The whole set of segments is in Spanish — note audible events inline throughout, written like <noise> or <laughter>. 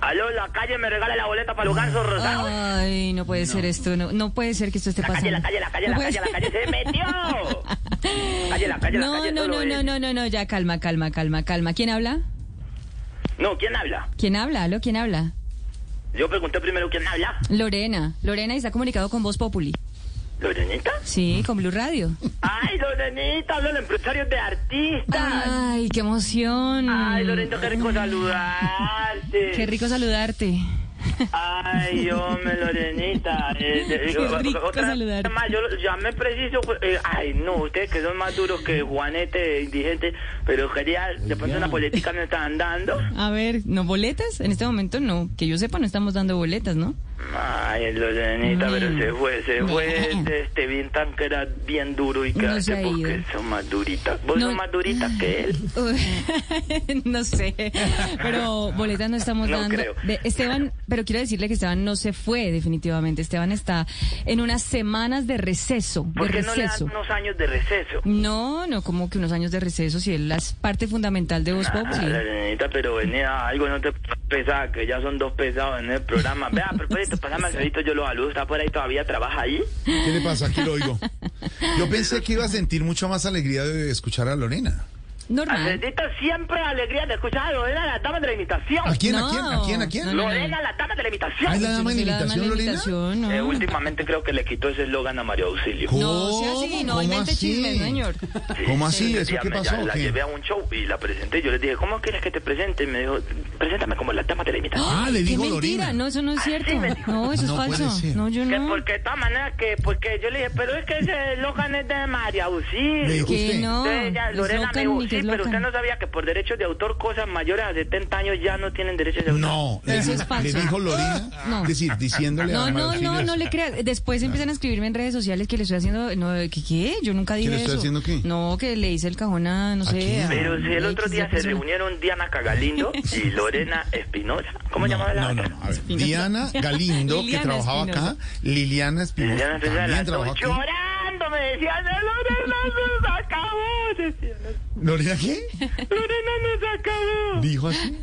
Aló, la calle me regala la boleta para Lugano Rosado. Ay, no puede ser esto, no, no puede ser que esto esté La pasando. calle, la calle, la calle, No la puede calle, la ser. calle, se metió. Calle, la calle, la No, calle, no, solo no, no, es. no, no, no, ya calma, calma, calma, calma. ¿Quién habla? No, ¿quién habla? ¿Quién habla? ¿Aló? ¿Quién habla? Yo pregunté primero quién habla. Lorena. Lorena y está comunicado con Voz Populi. ¿Lorenita? Sí, con Blue Radio. Ay, Lorenita, hablan empresarios de artistas. Ay, qué emoción. Ay, Lorenita, qué rico saludarte. Qué rico saludarte. <laughs> Ay, hombre, Lorenita. eh, eh, Qué rico otra- saludarte. Más, yo lo- ya me preciso. pues, eh, ay, no, ustedes que son más duros que Juanete, eh, indigente. Pero quería, de pronto una política me están dando. A ver, ¿no boletas? En este momento no. Que yo sepa, no estamos dando boletas, ¿no? Ay, Lorenita, pero se fue, se fue. Este bien tan que era bien duro y que No se hace ha porque ido. son más duritas. Vos No. son más duritas que él. Uy, <laughs> no sé, pero boletas no estamos No dando. creo. De- Esteban, pero quiero decirle que Esteban no se fue definitivamente. Esteban está en unas semanas de receso, de ¿Por qué no le dan receso. unos años de receso? No, no, como que unos años de receso, si él es parte fundamental de Voz Ah, Populi. Lorenita, pero venía algo no te pesa, que ya son dos pesados en el programa. Vea, a <laughs> propósito, pasame al Alfredito, yo lo saludo, está por ahí todavía, trabaja ahí. ¿Qué le pasa? Aquí lo oigo. Yo pensé que iba a sentir mucha más alegría de escuchar a Lorena. Normal. Alfredito, siempre alegría de escuchar a Lorena, la dama de la imitación. ¿A quién? No. ¿A quién? ¿A quién? ¿A quién? No, no, Lorena, la dama de la Ay, imitación. la dama en Sí, la dama invitación, en la Lorena. invitación, no. Eh, últimamente creo que le quitó ese eslogan a María Auxilio. No, sea así, no ¿Cómo invente así? chismes, señor. Sí, ¿Cómo así? sí, ¿Eso ya qué me- pasó? ya o La qué? llevé a un show y la presenté. Yo les dije, ¿cómo quieres que te presente? Y me dijo, preséntame como la dama de la imitación. Ah, le Qué digo mentira, Lorena. no, eso no es cierto. Así Ah, me dijo. No, eso es No puede falso. ser. No, yo Que no. porque de todas maneras que porque yo le dije, pero es que ese eslogan es de María Auxilio. Le dijo Que usted. no. Entonces ella, es Lorena loca me dijo, ni que sí, es pero usted loca. no sabía que por derechos de autor cosas mayores a 70 años ya no tienen derechos de autor. No, le, Eso es le falso. dijo Lorena, No. es decir, diciéndole a No, María no, Auxilio no, eso. no le <laughs> creas. Después empiezan a escribirme en redes sociales que le estoy haciendo. No, ¿qué, qué? Yo nunca dije le estoy eso. haciendo qué? No, que le hice el cajón a, no ¿A sé. quién? a- Pero si el otro X, día Y se persona. reunieron Diana Cagalindo <laughs> y Lorena Espinosa. ¿Cómo no, llamaba la no, no, otra? no, a ver, Espinosa. Diana Galindo, que Liliana trabajaba acá, Liliana Espinosa, Liliana Espinosa, también las dos trabajó aquí. llorando, me decían, Lorena nos acabó, decían. ¿Lorena qué? Lorena nos acabó. ¿Dijo así?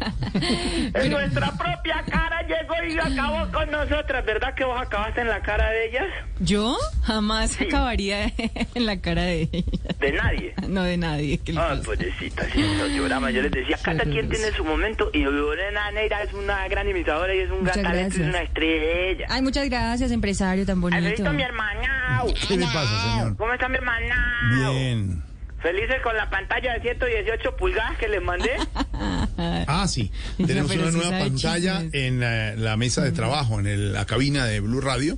En nuestra propia cara llegó y acabó con nosotras. ¿Verdad que vos acabaste en la cara de ellas? Yo jamás acabaría <laughs> en la cara de ella. De nadie. No de nadie. ¿qué le Ah, pasa? pobrecita, sí, no lloraba. Yo les decía, cada quien tiene su momento y Lorena Neira es una gran imitadora y es un gran Muchas talento y es gracias. una estrella. Ay, muchas gracias, empresario tan bonito. Alfredito, mi hermana. ¿Qué le pasa, señor? ¿Cómo está mi hermana? Bien. Felices con la pantalla de 118 pulgadas que les <laughs> mandé. Ah, sí. No, Tenemos pero una sí nueva sabe pantalla chismes. en eh, la mesa de trabajo, en el- la cabina de Blue Radio.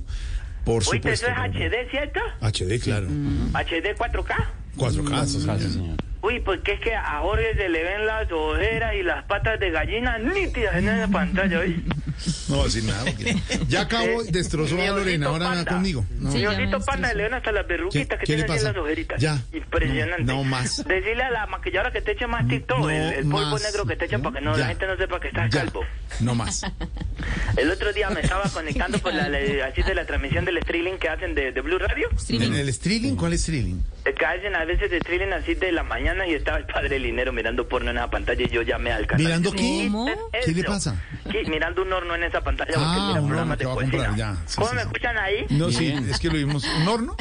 Por Oíste, supuesto. eso es HD, ¿cierto? HD, claro. HD 4K. 4K, sí, señor. Uy, porque es que a Jorge se le ven las ojeras y las patas de gallina nítidas en esa pantalla, ¿oí? No voy a decir nada. porque- Ya acabo, Eh, destrozó a señorito Lorena, ahora Panda. nada conmigo. No. Sí, ya me Señorito destrozó. Panda, le ven hasta las verruguitas ¿Qué- que qué tienen le en pasa? las ojeritas. Ya. Impresionante. No, no más. Decirle a la maquilladora que te eche más TikTok, No el, el polvo más. negro que te echa para que no, Ya. la gente no sepa que estás Ya. calvo. No <laughs> más. El otro día me estaba conectando por la, la- así de la transmisión del streaming que hacen de, de Blue Radio. ¿En Streaming. el streaming? ¿Cuál es streaming? Eh, Que hacen a veces de streaming así de la mañana y estaba el padre Linero mirando porno en esa pantalla y yo llamé al canal. ¿Mirando Yo, qué? ¿Cómo? "Quiten ¿Qué le eso". pasa? Sí, mirando un horno en esa pantalla porque Ah, mira un horno programas que de va a comprar, cocina. ya. Sí, ¿Cómo sí, me sí. escuchan <laughs> ahí? No, sí, es que lo vimos. ¿Un horno?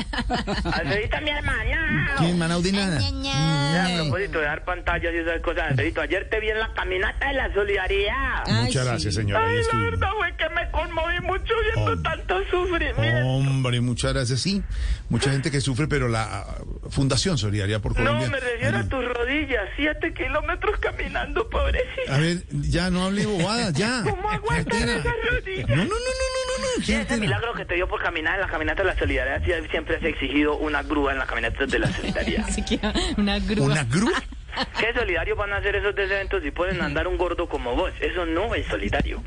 Alfredita, mi hermana. ¿Quién, Manaudinada? A propósito de dar pantallas y esas cosas, Alfredito, ayer te vi en la caminata de la solidaridad. Ay, Muchas sí. gracias, Ah. señora. Oh. ahí Ay, la estuvimos. verdad fue que me conmoví mucho viendo Hombre. tanto Oh, sufrimiento. Hombre, muchas gracias. Sí, mucha gente que sufre, pero la ah, Fundación Solidaria por Colombia. No, me refiero a tus rodillas, siete kilómetros caminando, pobrecita. A ver, ya no hable bobadas, <laughs> ya. <laughs> ¿Cómo aguantan Cartera. esas rodillas? No, no, no, no, no, no. Y ese cartera. milagro que te dio por caminar en la caminata de la solidaridad, sí, siempre has exigido una grúa en la caminata de la solidaridad. Ni siquiera una grúa. ¿Una grúa? ¿Qué solidarios van a hacer esos eventos si pueden andar un gordo como vos? Eso no es solidario.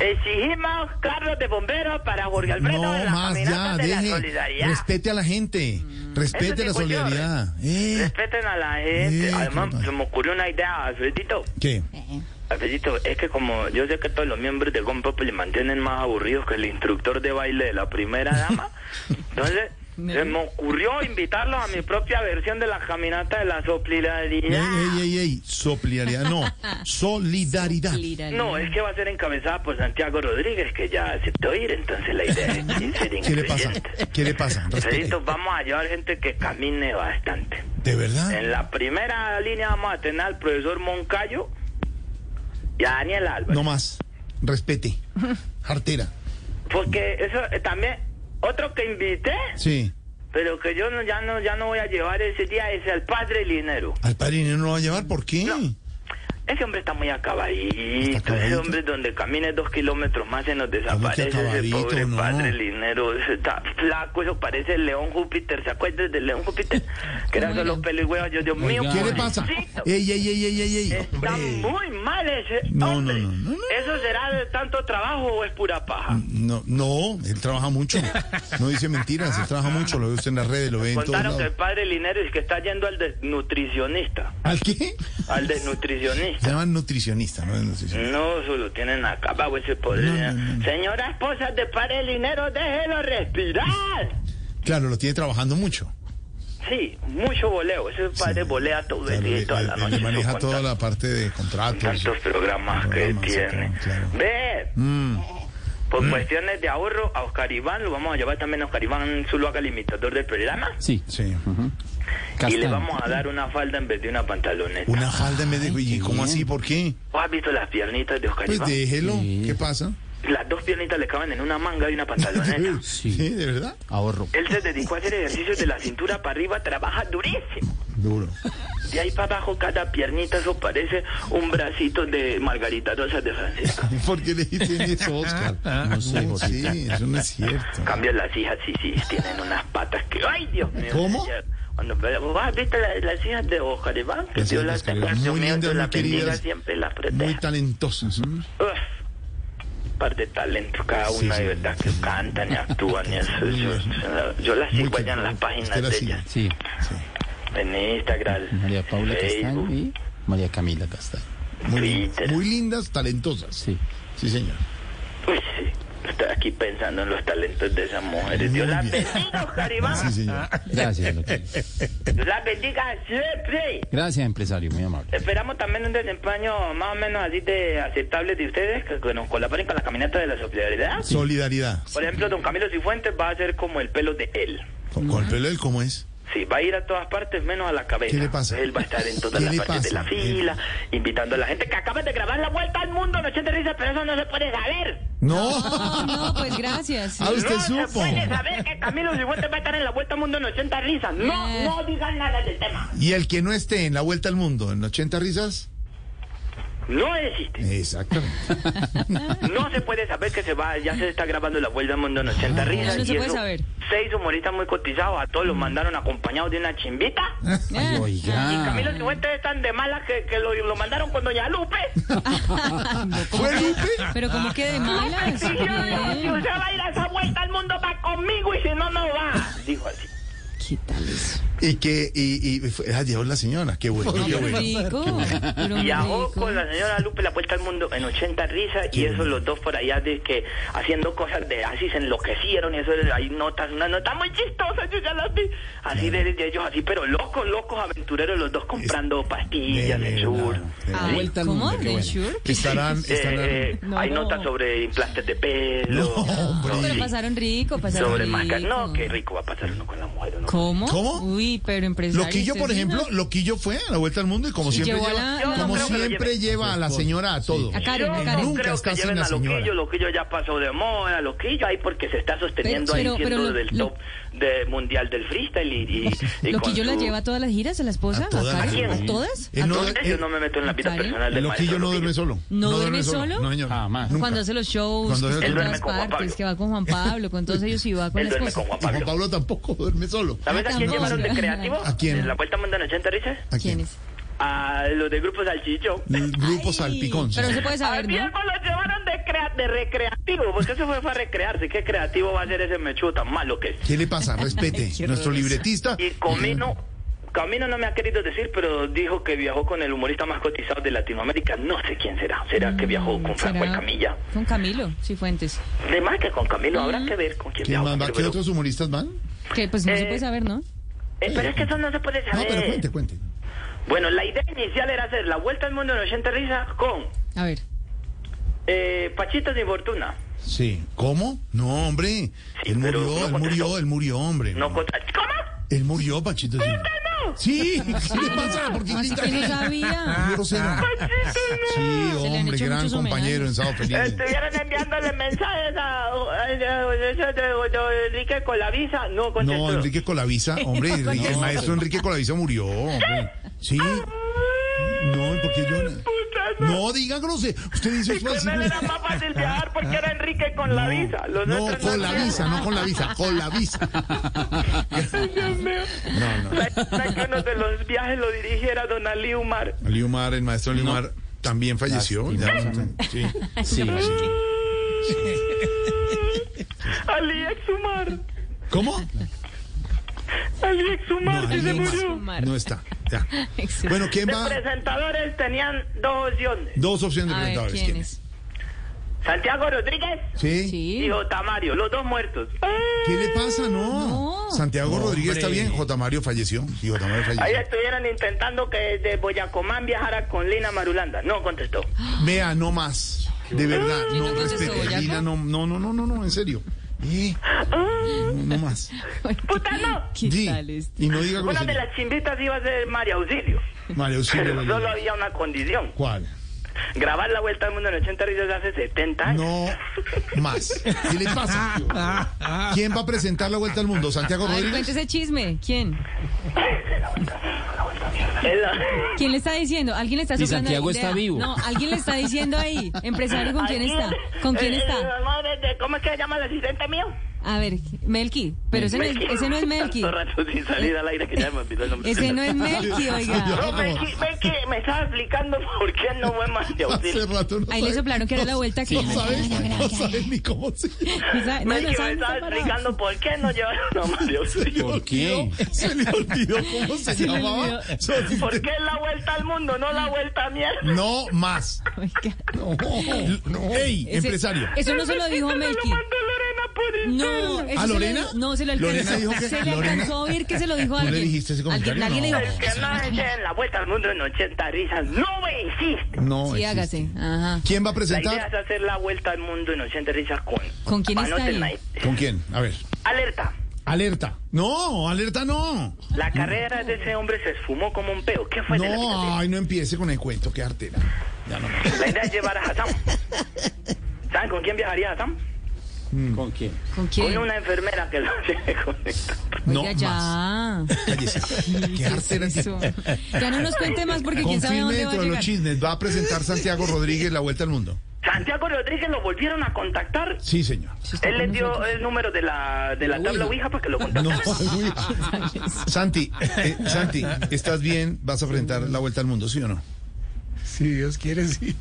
Exigimos carros de bomberos para Jorge <laughs> Alfredo en No la más, caminata ya, de la deje. solidaridad. Respete a la gente. Eso Respete sí, la pues, yo, solidaridad. Eh, Respeten a la gente. Eh, Además, caramba. se me ocurrió una idea, Alfredito. ¿Qué? Eh, Alfredito, es que como yo sé que todos los miembros <laughs> del GOMPOP le mantienen más aburridos que el instructor de baile de la primera dama, entonces Se me ocurrió invitarlos a mi propia versión de la caminata de la Ey, solidaridad. ey, ey, ey, <laughs> solidaridad, no, solidaridad. No, es que va a ser encabezada por Santiago Rodríguez, que ya aceptó ir, entonces la <laughs> idea es ser ¿Qué le pasa? incluyentes. ¿Qué le pasa? Respete. Alfredito, vamos a llevar gente que camine bastante. ¿De verdad? En la primera línea vamos a tener al profesor Moncayo y a Daniel Álvarez. No más, <laughs> respete. Jartera. Porque eso eh, también, otro que invité, Sí. pero que yo no, ya, no, ya no voy a llevar ese día, es al padre Linero. Al padre no lo va a llevar, ¿por qué? No. Ese hombre está muy acabadito. Está acabadito. Ese hombre donde camine dos kilómetros más se nos ¿Cómo que desaparece ese acabadito? pobre No. padre Linero. Ese Está flaco, eso parece el león Júpiter. ¿Se acuerdan del león <laughs> Júpiter? Que eran solo pelo y huevos. Yo, Dios mío. ¿Qué le pasa? pobrecito. Ey, ey, ey, ey, ey, ey. Está muy mal ese No, hombre. no, no, no, no. ¿Eso será de tanto trabajo o es pura paja? No, no, él trabaja mucho. No dice mentiras, él trabaja mucho. Lo ve usted en las redes, lo ve en todos Contaron que el lados. padre Linero es que está yendo al desnutricionista. ¿Al qué? Al Se desnutricionista. llaman nutricionista, no es nutricionista. No, se lo tienen acabado ese poder. No, no, no. Señora esposa de padre Linero, déjelo respirar. Claro, lo tiene trabajando mucho. Sí, mucho voleo. Ese padre volea todo el Claro, día y le- toda la le- le noche. maneja Con toda la parte de tan- contratos. Tantos programas que Programas, tiene. claro. Ve, Mm, por cuestiones de ahorro, a Oscar Iván, lo vamos a llevar también a Oscar Iván Zuluaga, el imitador del programa. Sí. sí. Y le Castaño. vamos a dar una falda en vez de una pantaloneta. Una falda en vez de... Ay, ¿Y qué cómo bien. así? ¿Por qué? ¿Vos has visto las piernitas de Oscar Pues Iván? déjelo. Sí. ¿Qué pasa? Las dos piernitas le caben en una manga y una <laughs> pantaloneta. Sí. Sí, ¿de verdad? Ahorro. Él se dedicó a hacer ejercicios de la cintura para arriba, trabaja durísimo. Duro. De ahí para abajo cada piernita eso parece un bracito de Margarita Rosa de Francisco. <laughs> ¿Por qué le <laughs> dicen Ah, eso, Oscar? No sé, sí, Jorgito. eso no es cierto. En cambio las hijas sí, sí, tienen unas patas que... ¡Ay, Dios mío! ¿Cómo? Cuando ¿Vos has visto la- las hijas de Oscar Iván? Que Las Dios hijas de las Oscar tenga, Iván, Dios muy mío, lindas, Dios muy las bendiga, queridas, siempre las Muy proteja. talentosos. Uf, par de talentos cada Sí, una sí. de verdad que cantan y <laughs> actúan y eso, eso, eso. yo las Muy sigo allá chévere. en las páginas Usted la de sigue. ellas Sí. en Instagram María Paula Castaño Facebook y María Camila Castaño. Muy, lindas, Twitter. muy lindas, talentosas. Sí. Sí, señor. Uy, sí. estoy aquí pensando en los talentos de esas mujeres Dios Muy las bien. bendiga Oscar Iván. Sí, señor. Ah. Gracias, <laughs> doctor. Dios las bendiga siempre Gracias, empresario. Muy amable. Esperamos también un desempeño más o menos así de aceptable de ustedes, que, que nos colaboren con la caminata de la solidaridad. Solidaridad. Por ejemplo, don Camilo Cifuentes va a ser como el pelo de él. ¿Con, con el pelo él cómo es? Sí, va a ir a todas partes menos a la cabeza. ¿Qué le pasa? Él va a estar en todas ¿Qué las le partes de pasa? Eh. la fila, invitando a la gente que acaba de grabar la vuelta al mundo, noche de risa, pero eso no se puede saber. No. No, pues gracias. Ah, usted no se supo. puede saber que Camilo Cifuentes va a estar en la vuelta al mundo en 80 risas. No, Eh. no digan nada del tema. Y el que no esté en la vuelta al mundo en 80 risas. No existe. Exactamente. No se puede saber que se va, ya se está grabando la vuelta al mundo en 80 risas. Ah, no y se puede eso, saber. Seis humoristas muy cotizados, a todos los mandaron acompañados de una chimbita. <laughs> Ay, Camilo oiga. Cifuentes es tan de mala que, que lo, lo mandaron con Doña Lupe. ¿Fue Lupe? Pero como que de malas. Y yo digo, si Bien. usted va a ir a esa vuelta al mundo, va conmigo y si no, no va. Dijo así. ¿Qué tal eso? Y que. Y, y fue- ah, llegó la señora. Qué bueno. No, qué pero bueno. rico. pero Viajó rico. con la señora Lupe la vuelta al mundo en 80 risas y eso los dos por allá de que haciendo cosas de así se enloquecieron y eso hay notas, una nota muy chistosa, yo ya las vi. Así de, de ellos así, pero locos, locos aventureros los dos comprando pastillas, Bien, en sur. claro, bien. Ay, vuelta al ¿Cómo? mundo, qué ¿De bueno. sure? Que Ah. estarán. estarán Eh, No. Hay notas sobre implantes de pelo, No, hombre. no, Pero sí, pasaron rico, pasaron sobre rico. máscaras. No, qué rico va a pasar uno con la mujer. uno con- ¿Cómo? ¿Cómo? Uy, pero empresario. Loquillo, usted por sí, ejemplo, ¿no? Loquillo fue a la vuelta al mundo y como siempre Llevó a lleva, la- Yo no como creo que lo siempre lleve. lleva a la señora a todo. A Karen, a Yo Karen. no Nunca creo está que sin lleven la a Loquillo, señora. Loquillo ya pasó de moda, Loquillo ahí porque se está sosteniendo Pero- ahí pero- siendo pero lo- del lo- top de mundial del freestyle y, y- y Loquillo con la su- lleva a todas las giras, a la esposa, A a, todas las Karen, giras. a todas. Él ¿A no- todas? Entonces, yo no me meto en la vida Karen. personal del Loquillo maestro no duerme solo. ¿No duerme solo? Ah, No, señor. Jamás. Nunca. Cuando hace los shows, Cuando hace shows. que está en los Él duerme todas con Juan partes, Pablo. que va con Juan Pablo, con todos ellos y va con Él la duerme con esposa. Juan Y Juan Pablo. Pablo tampoco duerme solo. ¿Sabes a quién Tampoco. llevaron de creativo? ¿A quién? ¿En la vuelta al mundo en 80 risas? ¿A ¿Quién es? A los del grupo Salchicho. El Mm, grupo Ay, Salpicón. Pero no se puede A saber, ¿no? tiempo los llevaron de, crea- de recreativo, porque eso fue para recrearse. ¿Qué creativo va a ser ese mechudo tan malo que es? ¿Qué <laughs> le pasa? Respete. Quiero Nuestro ver eso. libretista. Y Comino, Camino no me ha querido decir, pero dijo que viajó con el humorista más cotizado de Latinoamérica. No sé quién será. ¿Será que viajó con Franco ¿Será? Camilla? Con Camilo, Cifuentes. Además que con Camilo habrá que ver con quién ¿Quién viajó. más va? Pero- ¿Qué otros humoristas van? Que pues no se Eh, puede saber, ¿no? Eh, pero es que eso no se puede No, saber. pero cuente, cuente. Bueno, la idea inicial era hacer la vuelta al mundo en 80 risas con <laughs> A ver. eh, Pachitos sin fortuna. Sí. ¿Cómo? No, hombre. Sí, él pero murió, no él contestó. murió, él murió, hombre. No contra- ¿Cómo? Él murió, Pachito. Sí, sí, <laughs> ¿qué le pasa? ¿Por qué Así grita? que Ah, no Ah, sabía. Muy grosero. Sí, Se le han hombre, hecho gran muchos compañero en homenajes. Sábado Feliz. Estuvieron enviándole mensajes a, a- a- a- a- a Enrique Colavisa. No contestó. No, Enrique <laughs> Colavisa, hombre, No el contestó. maestro Enrique Colavisa murió, hombre. Sí. Ah. No, porque yo. Puta, No diga grosero. Usted dice Con él era más fácil viajar porque era Enrique con la visa. Los Pues Ah. no, otros con la tenían. visa, no con la visa, con la visa. Dios mío. No, no. La- la que uno de los viajes lo dirigiera don Ali <laughs> Umar. Liumar, el maestro Liumar, también falleció. ya. Lastimosamente. Sí. <laughs> Sí, Ali Exumar. ¿Cómo? Ali Exumar, No, sí Ali se Umar. murió. No está. <laughs> ya. Excelente. Bueno, ¿quién Los va? presentadores tenían dos opciones. Dos opciones de A ver, presentadores. ¿quién es? Santiago Rodríguez ¿Sí? y Sí. <laughs> J. Mario, los dos muertos. ¿Qué le pasa? No. No. Santiago Hombre. Rodríguez está bien. J. Mario falleció. Sí, J. Mario Ahí falleció. estuvieron intentando que desde Boyacomán viajara con Lina Marulanda. No contestó. Vea, no más. De verdad, ¿Quién no no contestó, respete. Boyaco? Lina, no, no, no, no, no, no, en serio. Eh, no, no más. ¡Puta no! <laughs> ¿Qué Di, tal este? y no diga Una de grosería. las chimbitas iba a ser María Auxilio. Mario Auxilio. Pero solo había una condición. ¿Cuál? Grabar la vuelta al mundo en 80 risas hace 70 años. No más. ¿Qué le pasa? ¿Quién va a presentar la vuelta al mundo? ¿Santiago A ver, Rodríguez? cuente ese chisme. ¿Quién? Es la- ¿Quién le está diciendo? ¿Alguien le está Y soplando la Santiago idea? está vivo. No, alguien le está diciendo ahí. Empresario, ¿con quién Ahí- está? ¿Con quién eh, eh, está? la madre de- ¿Cómo es que se llama el asistente mío? A ver, Melqui. Pero ese no es, ese no es Melqui. Tanto rato sin salir al aire que ya me olvidó el nombre. Ese no es Melqui, No, oiga. Melqui, Melqui, me estaba explicando por qué no fue <laughs> María Hace Auxilio. rato no Ahí le sabe- soplaron que era no- la vuelta que- No sabes, no sabes ni cómo se. Esa- Melqui No, no me sabe, no estaba está parado. explicando por qué no llevaron a María Auxilio. ¿Por qué? Se le olvidó cómo se Se le llamaba. olvidó. Su asistente. ¿Por qué la vuelta al mundo, no la vuelta a mierda? No más. <laughs> Oiga. No. Ey, Ese- empresario. Eso no se lo dijo Melqui. No, eso ¿A se lo- Lorena? no, se lo Lorena alcanzó. dijo que- se le Lorena- alcanzó a oír que se lo dijo a ¿No le alguien. dijiste ese alguien, comentario? alguien le No. dijo. Que no echen la vuelta al mundo en 80 risas. No me hiciste. No. Sí, existe. hágase. Ajá. ¿Quién va a La idea es presentar? hacer la vuelta al mundo en 80 risas con. ¿Con quién está Anoten ahí? ¿Con quién? A ver. Alerta. Alerta. No, alerta no. La carrera de ese hombre se esfumó como un peo. ¿Qué fue de la vida de él? No, ay, no empiece con el cuento, qué artera. Ya no. La idea es llevar a Hassan. ¿Saben con quién viajaría Hassan? ¿Con quién? ¿Con Con quién? una enfermera que lo <laughs> tiene conectado. No Oiga, más. ya. <laughs> Cállese. Qué ¿Qué es artera. eso? Ya no nos cuente más porque quién sabe a dónde Confirme va a dentro de los llegar. chismes. Va a presentar Santiago Rodríguez la vuelta al mundo. Santiago Rodríguez lo volvieron a contactar. Sí, señor. Eso está Él con les dio nosotros. el número de la, de la tabla Ouija para que lo <laughs> No, <laughs> contactara. uy. Santi, eh, Santi, ¿estás bien? ¿Vas a enfrentar la vuelta al mundo, sí o no? Si Dios quiere, sí.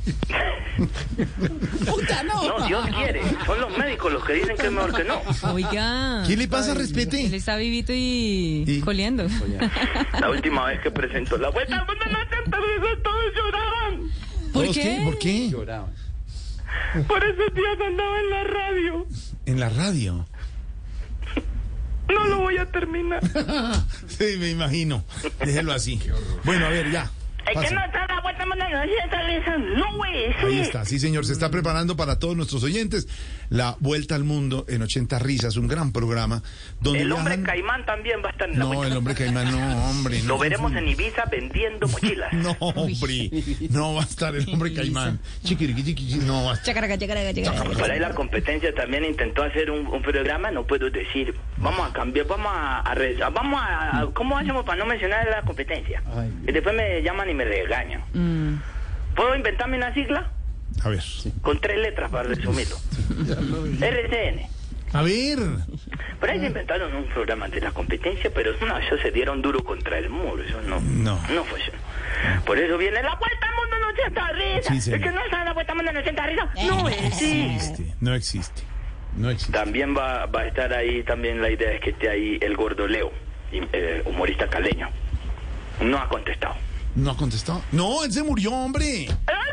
No, Dios quiere. Son los médicos los que dicen que es mejor que no. Oiga. ¿Qué le pasa? Él Respete. está vivito y, ¿Y? coleando. La última vez que presentó la vuelta al mundo en 80 risas, todos lloraban. ¿Por ¿Todos qué? ¿Por qué? Lloraban. Por esos días andaba en la radio. En la radio. No lo voy a terminar. <laughs> Sí, me imagino. Déjelo así. Bueno, a ver, ya. Es que Pasa. no está la vuelta al mundo en 80 risas. No, güey. Ahí está, sí señor, se está preparando para todos nuestros oyentes la Vuelta al Mundo en 80 Risas, un gran programa donde El hombre viajan- caimán también va a estar en la No, vuelta. el hombre caimán, no, hombre. No, Lo veremos en Ibiza vendiendo mochilas. <laughs> No, hombre, no va a estar el hombre caimán. Chiquiriqui, chiquiqui, no va a estar. Chacaraca, chacaraca, chacaraca. Por ahí la competencia también intentó hacer un, un programa, no puedo decir. Vamos a cambiar, vamos a, a re- vamos a, a- ¿cómo hacemos para no mencionar la competencia? Ay. Y después me llaman y me regañan. Mm. ¿Puedo inventarme una sigla? A ver. Con tres letras para <laughs> resumirlo. RCN. A ver. Por ahí se inventaron un programa de la competencia, pero no, ellos se dieron duro contra el muro. Eso no, No. no funcionó. Por eso viene la vuelta al mundo en 80 Sí, risas. señor. es que no está la vuelta al mundo en 80 risas. No existe. Este, no existe. No existe. También va, va a estar ahí, también la idea es que esté ahí el gordo Leo, y- eh, humorista caleño. No ha contestado. No ha contestado. No, él se murió, hombre.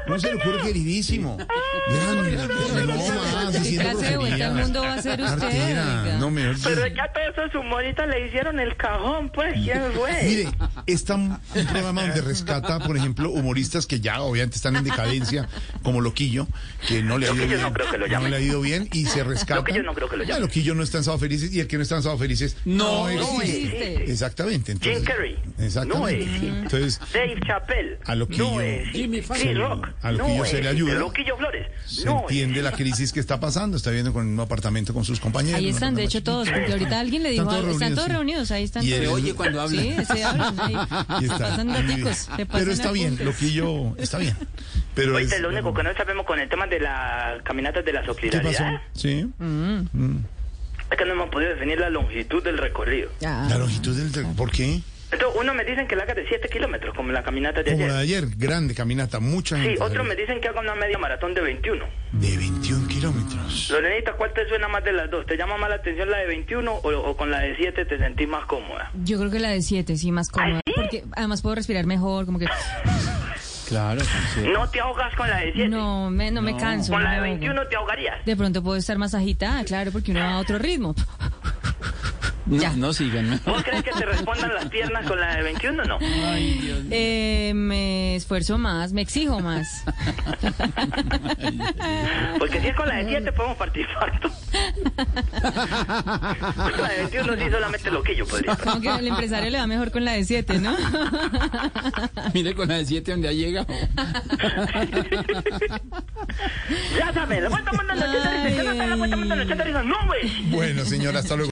No se le ocurre queridísimo. Grande, no más, ¿Qué diciendo clase de vuelta al groserías. mundo va a ser usted? Artera, oiga? no me Pero es que a todos esos humoritas le hicieron el cajón, pues, <laughs> ¿quién fue? Mire, está un un programa donde rescata, por ejemplo, humoristas que ya obviamente están en decadencia, como Loquillo, que no le ha ido Loquillo bien. no creo que lo no llamen. le ha ido bien y se rescata. Loquillo no creo que lo llamen. Loquillo no está en Sábado Felices y el que no está en Sábado Felices No existe. Exactamente. entonces- Jim Carrey. No Exactamente. existe. entonces, Dave Chappelle. A Loquillo. No es. Jimmy Chris Rock. A Loquillo no se le es. ayuda. Loquillo Flores. se no entiende es. la crisis que está pasando. Está viviendo con un apartamento con sus compañeros. Ahí una están, de cosa hecho, chiquita. todos, porque ahorita alguien le dijo Están todos algo. Están reunidos, todos reunidos, sí. ahí están Y todos. él- Se oye cuando habla. Sí, se hablan ahí. <laughs> Y está. Ah, Pasan daticos, se pasan Pero está bien, apuntes. Loquillo está bien. Pero Oíste, es- Pues lo único que no sabemos con el tema de las caminatas de la ¿Qué pasó? solidaridad Sí. Ah. es que no hemos podido definir la longitud del recorrido. Ah, La longitud del... ¿Por qué? Entonces, uno me dicen que la haga de 7 kilómetros, como la caminata de Como la de ayer. ayer, grande caminata, mucha Sí, gente. otros me salió. dicen que haga una media maratón de 21. De 21 kilómetros. Lorenita, ¿cuál te suena más de las dos? ¿Te llama más la atención la de 21 o, o con la de 7 te sentís más cómoda? Yo creo que la de siete, sí, más cómoda. ¿Ah, ¿sí? Porque además puedo respirar mejor, como que. Claro. sí. No te ahogas con la de 7. No, me, no, me No. canso. con la de no. 21 te ahogarías. De pronto puedo estar más agitada, claro, porque uno va a otro ritmo. Ya. No, no <laughs> sigan. ¿Vos crees que te respondan las piernas con la de 21 o no? Eh, me esfuerzo más, me exijo más. Porque si es con la de 7 podemos participar. con la de 21 sí solamente loquillo podría. Como que al empresario le va mejor con la de siete, ¿no? Mire con la de 7 donde ha llegado. Ya sabes, la vuelta mundo en los 80 dice, yo no sé, la vuelta mundo en los 80 dice, no, güey. Bueno, señora, hasta luego.